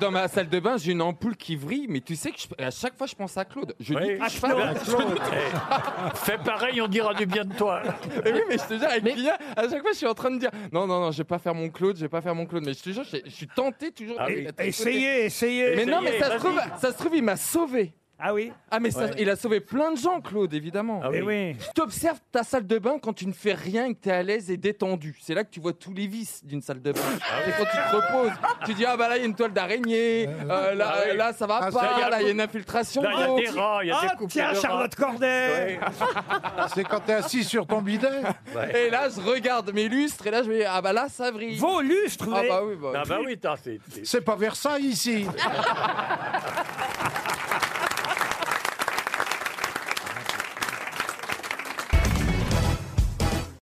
Dans ma salle de bain, j'ai une ampoule qui vrille, mais tu sais que je- à chaque fois, je pense à Claude. Je dis que je Ah, suis pas- Fais pareil, on dira du bien de toi. Mais oui, mais je te jure, avec Pia, à chaque fois, je suis en train de dire non, non, non, je vais pas faire mon Claude, je vais pas faire mon Claude. Mais je te jure, je, je suis tenté toujours. Ah de- oui. de- Essayez, essayez. Mais non, mais ça se Essayez, trouve, vas-y. ça se trouve, il m'a sauvé. Ah oui Ah, mais ça- Ouais. il a sauvé plein de gens, Claude, évidemment. Ah Eh oui. Je t'observe ta salle de bain quand tu ne fais rien et que tu es à l'aise et détendu. C'est là que tu vois tous les vices d'une salle de bain. C'est quand tu te reposes. Tu dis, ah bah là, il y a une toile d'araignée, euh, là, Ah Ah ouais. euh, là, ça va Ah, ça, il y pas, a- là, il y a une infiltration Là, il y a d'eau. des rats, il y a des Ah, couples tiens, de rats. Charlotte Corday hein. Ouais. C'est quand t'es assis sur ton bidet. Et là, je regarde mes lustres et là, je me dis, ah bah là, ça vrille. Vos lustres ah vous bah avez- oui, bah. Ah bah oui, t'as- c'est- c'est- C'est pas Versailles ici.